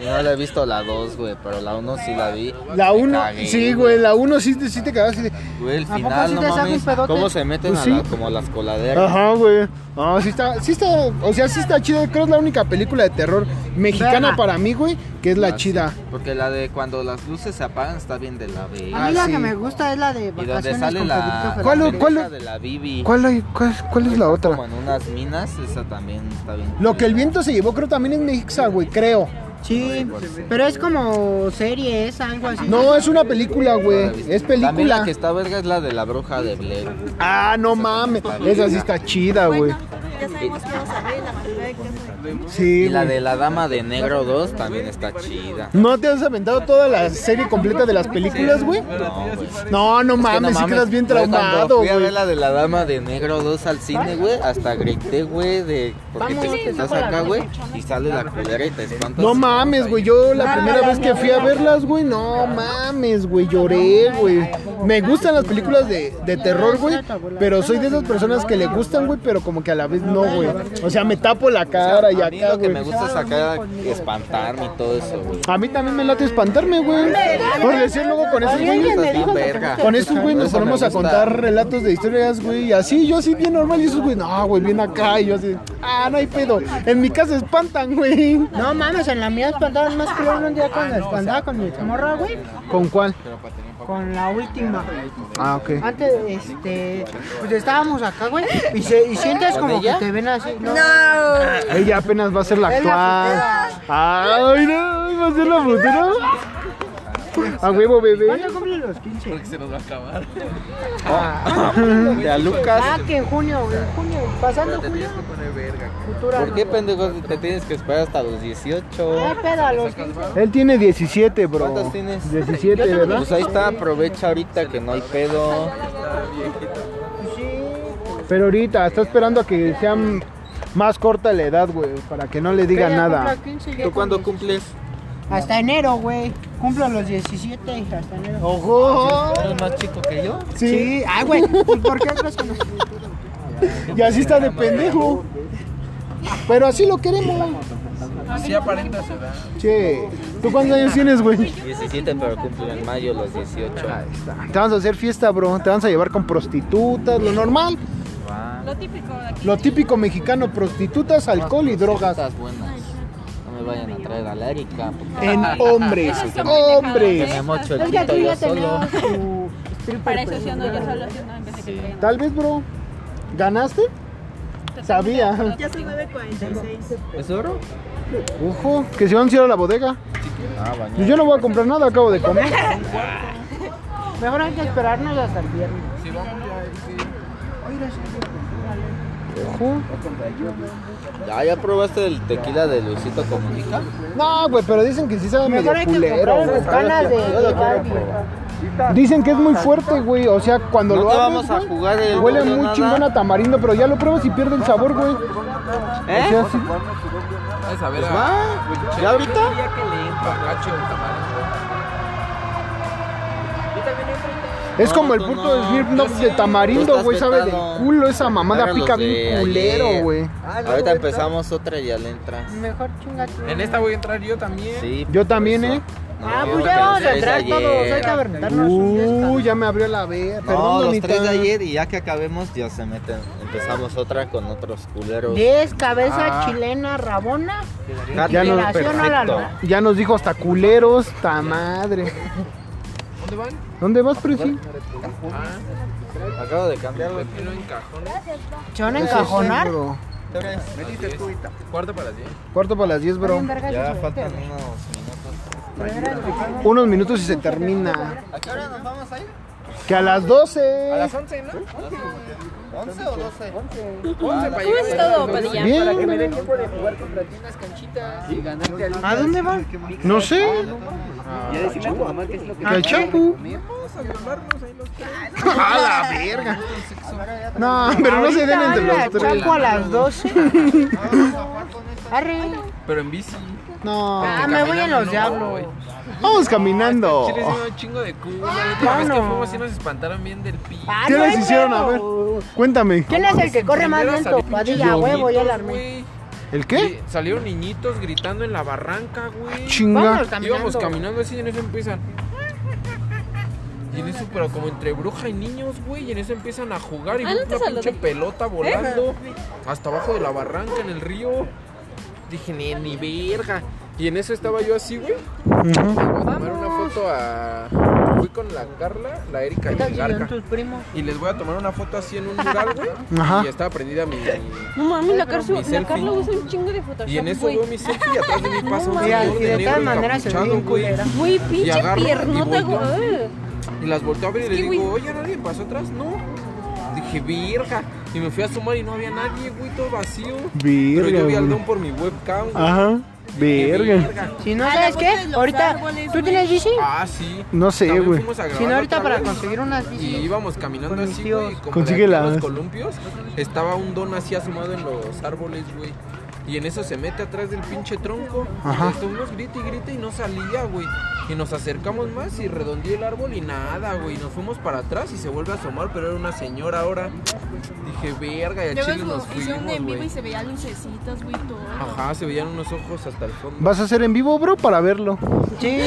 S5: Y no la he visto la 2, güey, pero la 1 sí la vi.
S4: La
S5: Me
S4: 1,
S5: cagué,
S4: sí, güey, la 1 sí, te- sí te quedaste de...
S5: Güey, el
S3: poco
S5: final,
S3: sí
S5: no
S3: te saca un
S5: mames.
S3: pedote?
S5: ¿Cómo se meten
S4: Pues
S5: a la-
S4: sí.
S5: como a las coladeras?
S4: Ajá, güey. No, sí está, sí está, o sea, sí está chida. Creo que es la única película de terror mexicana
S3: Verga.
S4: para mí, güey, que es la
S5: Ah, sí,
S4: chida.
S5: Porque la de cuando las luces se apagan está bien de la B.
S3: A mí
S4: Ah,
S3: la
S4: sí.
S3: que me gusta es la de
S5: Y
S3: vacaciones
S5: donde sale
S3: con
S5: la.
S3: Pedrito
S4: ¿Cuál
S5: la
S4: o- cuál o-
S5: pendeja de la Bibi.
S4: ¿Cuál, hay- cuál, cuál es la
S5: Como
S4: otra?
S5: en unas minas, esa también está bien.
S4: Lo que el viento se llevó creo también es Mexa, güey, creo.
S3: Sí, pero es como serie, es algo así.
S4: No, es una película, güey. Es
S5: También la
S4: película.
S5: que está verga es la de la bruja de Blair.
S4: Ah, no mames. Esa sí está chida, güey.
S6: Bueno, ya sabemos que vamos a ver la mayoría de casas.
S4: Sí,
S5: Y la
S4: güey.
S5: de la dama de negro 2 también está chida.
S4: ¿No te has aventado toda la serie completa de las películas, güey?
S5: No, güey. Es que
S4: No, no
S5: no
S4: mames, sí quedas bien
S5: Yo cuando
S4: traumado,
S5: Fui a
S4: güey.
S5: ver la de la dama de negro 2 al cine, güey. Hasta grité, güey, de por qué te estás acá, güey. Y sale la culera y te espantas.
S4: No
S6: Ah,
S4: mames, güey. Yo la primera vez que fui a verlas, güey, no mames, güey. Lloré, güey. Me gustan las películas de, de terror, güey. Pero soy de esas personas que le gustan, güey, pero como que a la vez no, güey. O sea, me tapo la cara y
S5: a mí
S4: acá,
S5: lo que
S4: güey.
S5: me gusta es acá espantarme y todo eso, güey.
S4: A mí también me late espantarme, güey. Por decir luego con esos güeyes.
S5: verga.
S4: Con estos, güey, nos
S5: Eso me
S4: ponemos a
S5: gusta.
S4: contar relatos de historias, güey. Y así, yo así bien normal. Y esos, güey, no, güey, bien acá. Y yo así, ah, no hay pedo. En mi casa espantan, güey.
S3: No mames, en la mía espantaban más culero un día
S4: Ah,
S3: cuando espantaba con mi morra, güey.
S4: ¿Con cuál?
S3: Con la última.
S4: Ah, ok.
S3: Antes, este, pues estábamos acá, güey, y, se- y sientes como que te ven así, ¿no?
S4: Ella apenas va a ser la
S3: Es
S4: actual.
S3: la
S4: Ay, no, va a ser la futura. A huevo, bebé.
S3: ¿Cuándo cumplen los 15?
S1: Porque se nos va a acabar.
S5: De a Lucas.
S3: Ah, que en junio, en junio, pasando junio,
S1: poner verga.
S3: futura.
S5: ¿Por qué,
S3: no.
S5: pendejo? Te tienes que esperar hasta los 18.
S3: Ah, pedo, a los 15.
S4: Él tiene 17, bro.
S5: ¿Cuántos tienes?
S4: 17, ¿verdad?
S5: Pues ahí está, aprovecha ahorita que no hay pedo.
S4: Pero ahorita está esperando a que sea m- más corta la edad, güey, para que no le diga
S3: Ella
S4: nada.
S3: cumpla 15 y yo
S5: ¿Tú cuándo
S3: cumplo
S5: cumples?
S3: 16. Hasta enero, güey. Cumplo los 17, hasta enero.
S4: ¡Ojo!
S5: ¿Eres más chico que yo?
S4: Sí,
S3: Ah, güey, pues, ¿por qué crees que no?
S4: y así está de pendejo. Pero así lo queremos.
S1: Sí aparenta su edad.
S4: Che, ¿tú cuántos años tienes, güey?
S5: 17, pero cumplo en mayo los 18.
S4: Te vamos a hacer fiesta, bro. Te vamos a llevar con prostitutas, lo normal.
S2: Lo típico de aquí.
S4: Lo típico mexicano, prostitutas, alcohol y drogas.
S5: Estas buenas. No me vayan a traer a la Erika. porque
S4: En hombres,
S5: Que
S4: hombres.
S5: me mocho el
S3: Es que
S5: pito
S3: aquí
S5: yo
S3: ya
S5: solo.
S3: tenemos tu stripper
S2: Para eso sí
S3: personal.
S2: ando yo solo haciendo en vez de que traigan.
S4: Tal vez, bro. ¿Ganaste? Sabía.
S6: Ya son 9.46.
S5: ¿Es oro?
S4: Ojo, que se van a ir a la bodega.
S5: Ah,
S4: Pues
S5: bañar.
S4: yo no voy a comprar nada, acabo de comer.
S3: Mejor hay que esperarnos hasta el viernes.
S4: Ojo.
S5: ¿Ya, ¿Ya probaste el tequila de Luisito Comunica?
S4: No, güey, pero dicen que sí sabe
S3: Mejor hay
S4: medio
S3: que
S4: culero.
S3: comprar
S4: güey.
S3: las canas de, de Barbie.
S4: Dicen que es muy fuerte, güey. O sea, cuando
S5: No
S4: lo
S5: te
S4: abres,
S5: vamos a
S4: güey,
S5: jugar el
S4: huele
S5: boleto,
S4: muy
S5: nada.
S4: chingón a tamarindo, pero ya lo pruebas y pierde el sabor, güey.
S5: ¿Eh?
S4: O sea, sí.
S1: Vas a ver
S3: Pues
S1: a
S5: ¿Va? ¿Ya ahorita?
S1: Pacacho y Tamara.
S4: Es
S5: No,
S4: como el
S5: tú
S4: puto
S5: no.
S4: de Snoop Dogg
S5: Tú
S4: de
S5: sí. Tú
S4: tamarindo,
S5: estás
S4: güey, sabe de
S5: vetado.
S4: culo esa mamada
S5: Agarra los
S4: pica
S5: de
S4: bien
S5: ayer. Ah,
S4: culero, güey.
S5: Ahorita empezamos otra y ya le entras.
S3: Mejor chingate.
S1: En esta voy a entrar yo también.
S5: Sí.
S4: Yo también,
S5: eso.
S4: ¿eh?
S5: No,
S3: Ah, pues
S5: que
S3: ya
S5: los
S3: vamos a
S5: tres
S3: entrar
S5: de
S3: todos, hay
S5: ayer.
S3: que aventarnos un
S4: Uh,
S3: fiesta.
S4: ya me abrió la ver.
S5: No,
S4: Perdón,
S5: los
S4: Donita.
S5: tres de ayer y ya que acabemos ya se meten. Empezamos otra con otros culeros.
S3: 10 cabeza
S4: Ah.
S3: chilena rabona.
S4: Ya no,
S3: Liberación al
S5: perfecto.
S3: alma.
S4: Ya nos dijo hasta culeros, ta madre. ¿Dónde van? ¿Dónde vas, Preci?
S5: Acabo de cambiarlo.
S1: Tiro en cajones.
S3: Se van a encajonar.
S4: Bro.
S1: Cuarto para diez.
S4: Cuarto para las 10, bro.
S5: Ya faltan unos minutos.
S4: Unos minutos y se termina.
S5: ¿A qué hora nos vamos a ir?
S4: Que a las 12.
S1: 11, ¿no?
S5: ¿11 o 12?
S2: ¿Cómo es todo, Padilla?
S4: pues, Bien.
S3: ¿A dónde van?
S4: No sé.
S3: Ah,
S4: Ah, Que el champú. A la verga. No, pero no se den
S3: Ahorita
S4: entre
S3: habla
S4: los tres.
S3: Chapo a las 12. Arre.
S1: Pero en bici.
S4: No.
S3: Ah, me voy en los diablos.
S4: Vamos
S1: Caminando.
S4: caminando.
S1: Chile se un chingo de culo. La última vez que
S3: Mano.
S1: fuimos sí nos espantaron bien del pi.
S3: Ah,
S4: ¿Qué
S3: no
S4: les
S3: hay
S4: hicieron? A ver,
S3: pedo.
S4: cuéntame.
S3: ¿Quién es el que corre más
S1: Primero
S3: lento?
S1: salieron
S3: Padilla, huevo, ya la armé.
S1: güey.
S4: ¿El qué?
S1: Sí, Salieron niñitos gritando en la barranca, güey.
S4: Chinga.
S3: Vámonos caminando.
S1: Íbamos caminando así y en eso empiezan. Y en eso, pero como entre bruja y niños, güey, y en eso empiezan a jugar y
S2: Ah,
S1: ven
S2: ¿no te
S1: una
S2: saludé? Eh.
S1: pinche pelota volando hasta abajo de la barranca en el río. Dije, ni, ni verga. Y en eso estaba yo así, güey. Voy a tomar una foto a. Fui con la Carla, la Erika y
S3: ¿Qué tal
S1: el
S3: si ven
S1: Garca.
S3: tus primos?
S1: Y les voy a tomar una foto así en un mural, güey.
S4: Ajá.
S1: Y estaba prendida mi.
S2: No mames, la, Carso-
S1: Mi
S2: la
S1: selfie.
S2: Carla usa un chingo de Photoshop,
S1: Y en eso
S2: güey.
S1: veo mi selfie y atrás de mí pasa un
S3: Y, al-
S1: señor
S3: y de
S1: negro
S3: todas maneras se ve
S1: encapuchado,
S3: bien
S1: güey.
S3: culera.
S2: Güey, pinche
S1: agarro y
S2: piernota,
S1: voy yo.
S2: güey.
S1: Y las volteo a ver y le
S2: que,
S1: digo,
S2: güey.
S1: oye, ¿nadie pasó atrás? No. Dije, virga. Y me fui a sumar y no había nadie, güey, todo vacío. Pero
S4: Verga,
S1: yo vi al
S4: güey.
S1: don por mi webcam, güey.
S4: Ajá.
S1: Dije,
S4: Verga.
S3: Si no
S6: Ah,
S3: sabes
S6: la
S3: qué,
S6: foto de los
S3: ahorita.
S6: árboles,
S3: ¿Tú
S6: güey.
S3: tienes bici?
S1: Ah, sí.
S4: No sé,
S1: También
S4: güey.
S1: fuimos a
S3: Si no,
S1: grabar
S3: ahorita
S1: otra
S3: para
S1: vez.
S3: conseguir unas
S1: Y
S3: bicis.
S1: íbamos caminando
S3: Con mis
S1: así,
S3: tíos.
S1: güey. como de aquí a
S4: Consíguelas.
S1: los columpios. Estaba un don así asomado en los árboles, güey. Y en eso se mete atrás del pinche tronco.
S4: Ajá.
S1: Y estuvimos grita y grita y no salía, güey. Y nos acercamos más y redondeé el árbol y nada, güey. Nos fuimos para atrás y se vuelve a asomar, pero era una señora ahora. Dije, verga, y a Chile
S6: Luego
S1: nos
S6: su- hizo un
S1: fuimos,
S6: en vivo y
S1: güey.
S6: se veía lucecitas, güey, todo.
S1: Ajá, se veían unos ojos hasta el fondo.
S4: ¿Vas a hacer en vivo, bro, para verlo?
S3: Sí,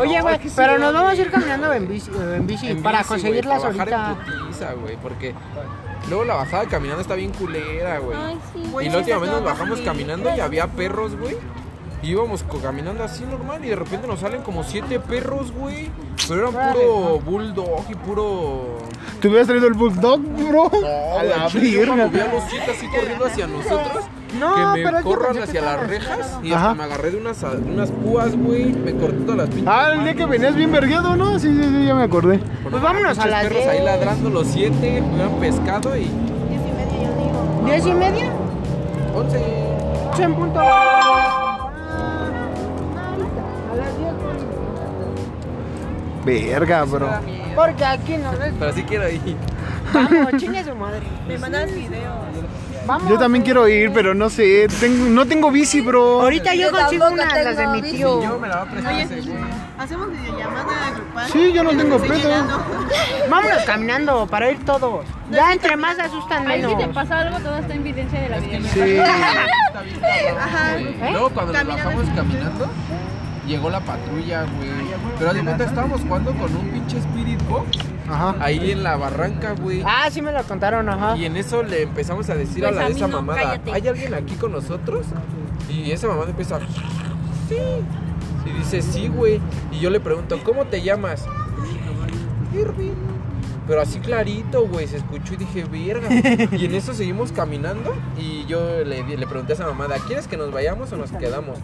S3: oye, güey, pero nos vamos a ir caminando en bici, en bici
S1: En
S3: para
S1: bici, güey,
S3: conseguirlas
S1: para bajar
S3: ahorita.
S1: en putiza, güey, porque luego la bajada caminando está bien culera, güey.
S2: Ay, sí.
S1: Y la última vez nos bajamos caminando y había perros, güey. Y íbamos co- caminando así normal y de repente nos salen como siete perros, güey. Pero eran puro bulldog y puro...
S4: ¿Te hubieras traído el bulldog, bro?
S1: No, güey, al chile yo cuando vi a los siete así corriendo hacia nosotros.
S3: No,
S1: que me
S3: pero es que
S1: corran
S3: pensé que
S1: hacia las
S3: estaban
S1: rejas y
S4: Ajá.
S1: hasta me agarré de unas, a- unas púas, güey. Me corté todas las pinches.
S4: Ah, el día que venías bien vergueado, ¿no? Sí, sí, sí, ya me acordé.
S1: Bueno,
S3: Pues vámonos
S1: pinches
S3: a las
S1: perros ahí
S3: 10.
S1: ladrando los siete. Me hubieran pescado y...
S3: ¿Diez y media?
S1: Once.
S3: Ocho en punto. A las diez,
S4: Verga, bro.
S3: Porque aquí nos ves.
S1: Pero sí quiero ir.
S3: Vamos, chingue su madre.
S6: Me mandas videos.
S3: Vamos.
S4: Yo también quiero ir, pero no sé. tengo- no tengo bici, bro.
S3: Ahorita yo consigo una de las de mi tío.
S1: Yo me la va a prestar ese güey.
S2: Hacemos videollamada grupal.
S4: Sí, yo no tengo
S2: Sí,
S4: pedo.
S2: llegando.
S3: Vámonos caminando para ir todos. Ya entre más se asustan
S8: Ahí
S3: menos.
S8: si te pasa algo, todo está en evidencia de la vida.
S4: Sí.
S2: Ajá.
S3: ¿Eh?
S1: Luego cuando nos
S2: Caminando.
S1: bajamos caminando, llegó la patrulla, güey. Pero de cuenta estábamos jugando con un pinche Spirit Box
S4: Ajá.
S1: ahí en la barranca, güey.
S3: Ah, sí me lo contaron, ajá.
S1: Y en eso le empezamos a decir a
S6: Pues
S1: la
S6: a
S1: de
S6: mí
S1: esa
S6: no,
S1: mamada,
S6: cállate.
S1: ¿hay alguien aquí con nosotros? Y esa mamada empieza, sí. Y dice, sí, güey. Y yo le pregunto, ¿cómo te llamas? Irving. Pero así clarito, güey, se escuchó y dije, verga. Y en eso seguimos caminando y yo le, di- le pregunté a esa mamada, ¿quieres que nos vayamos o nos quedamos?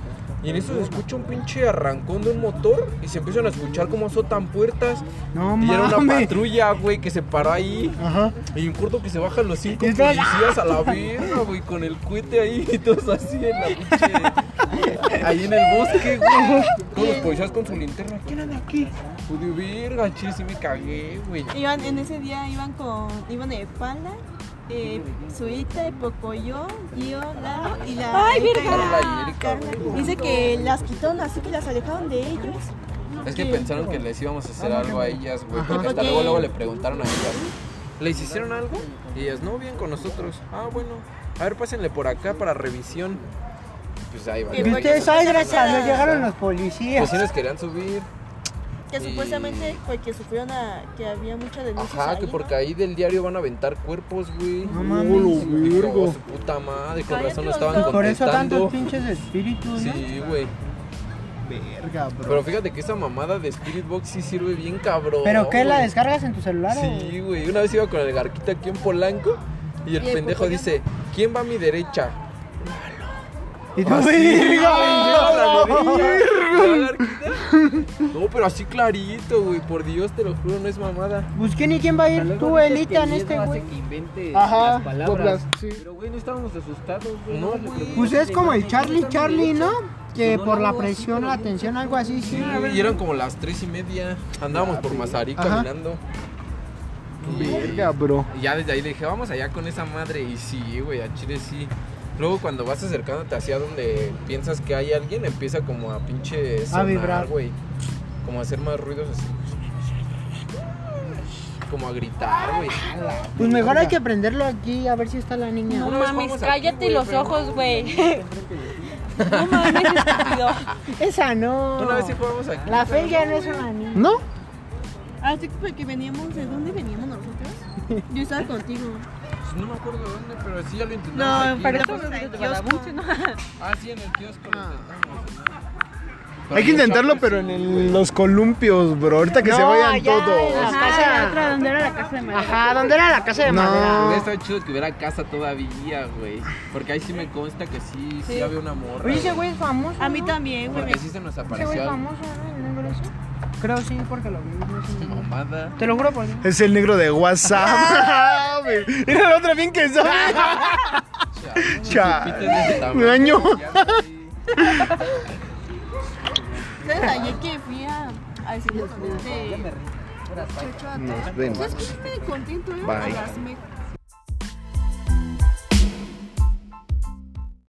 S1: Y en eso se escucha un pinche arrancón de un motor y se empiezan a escuchar como azotan puertas.
S4: No
S1: y era una
S4: mames.
S1: patrulla, güey, que se paró ahí.
S4: Ajá.
S1: Y un corto que se bajan los cinco
S4: Y todos-
S1: policías a la verga, güey, con el cohete ahí y todos así en la pinche. Ahí en el bosque, güey. Todos los policías con su linterna. ¿Quién anda aquí? Pude verga, chile, sí me cagué, güey.
S2: Iban, en ese día iban con, iban de Pala, eh, Suita, Pocoyo, Gio, Lao y la
S6: ¡Ay,
S2: Erika
S6: verga!
S2: y la
S1: La Erika, güey.
S2: Dice que las quitaron así que las alejaron de ellos.
S1: Es que pensaron que les íbamos a hacer algo a ellas, güey. Porque hasta
S2: Ok.
S1: luego, luego le preguntaron a ellas. ¿Les hicieron algo? Y ellas, no, bien con nosotros. Ah, bueno. A ver, pásenle por acá para revisión. Pues ahí va.
S6: ¿Y
S3: Ustedes, ay, gracias a Dios, llegaron los
S1: Pues
S3: policías.
S1: sí nos querían subir.
S6: Que
S1: Y-
S6: supuestamente
S2: pues,
S6: fue que sufrieron a, que había mucha denuncia.
S1: Ajá, que porque ahí del diario van a aventar cuerpos, güey.
S4: No mames.
S1: Dijo,
S4: Virgo.
S1: su puta madre, con razón no
S6: Cállate,
S1: estaban contestando.
S6: Osvaldo.
S3: Por eso tantos pinches espíritus, ¿no?
S1: Sí, güey.
S4: Verga, bro.
S1: Pero fíjate que esa mamada de Spirit Box sí sirve bien cabrón.
S3: ¿Pero qué? ¿La
S1: güey.
S3: descargas en tu celular o-
S1: Sí, güey. Una vez iba con el garquito aquí en Polanco y el pendejo dice, ¿quién va a mi derecha?
S4: Y tú,
S1: Ah,
S4: verga,
S1: la
S4: güey.
S1: derecha, la garquita. No, pero así clarito, güey. Por Dios, te lo juro, no es mamada.
S3: Pues quién y quién va a ir tú, Elita, en este güey.
S4: Ajá. Poblas, sí.
S1: No, güey.
S3: Pues es como el Charlie Charlie, ¿no? Que por la presión, la tensión, algo así, sí.
S1: Sí, güey, y eran como las tres y media. Andábamos por Mazarí
S4: Ajá.
S1: caminando.
S4: Verga, bro.
S1: Y ya desde ahí le dije, vamos allá con esa madre. Y sí, güey, a Chile sí. Luego cuando vas acercándote hacia donde piensas que hay alguien, empieza como a pinche sonar,
S3: vibrar.
S1: güey. Como a hacer más ruidos así. Como a gritar, güey.
S3: Pues mejor hay que prenderlo aquí a ver si está la niña.
S1: Una
S6: No
S1: vez
S6: mames,
S1: jugamos aquí,
S6: cállate
S1: güey,
S6: los
S1: pero-
S6: ojos, güey. No mames, estúpido.
S3: Esa no.
S1: Una vez sí jugamos aquí.
S3: La fe ya no es una niña.
S4: ¿No?
S2: Así Ah, pues, que porque veníamos, ¿de dónde veníamos nosotros? Yo estaba contigo.
S1: Pues No me acuerdo de dónde, pero sí ya lo intentamos.
S2: No,
S1: aquí,
S2: pero
S1: ¿no?
S2: estamos en el kiosco.
S1: Ah, sí, en el kiosco lo intentamos. ¿no?
S4: Hay que intentarlo, pero en el- los columpios, bro. Ahorita que se vayan
S3: allá en
S4: todos.
S3: la
S8: Ajá, la
S3: casa.
S8: otra, donde era la casa de madera.
S3: Ajá, ¿dónde era la casa de
S4: No.
S1: Hubiera
S3: madera?
S1: estado chido que hubiera casa todavía, güey. Porque ahí sí me consta que sí, sí, había una morra.
S3: Oye, ese
S1: güey.
S3: güey es famoso.
S6: A mí
S3: ¿no?
S6: también, güey.
S1: Porque sí se nos
S3: Ese güey es
S1: apareció
S3: famoso, ¿no? El negro ese. Creo sí, porque lo vi. no sé.
S1: mamada.
S3: Te lo juro por Dios.
S4: Es el negro de WhatsApp. Mira la otra bien que sabe.
S1: Chao.
S4: Un año.
S6: ¿Sabes? Ayer que fui a, a decirle con este. Chocho a todos.
S4: Nos vemos.
S6: ¿Sabes qué? Estoy contento, ¿eh? A las me-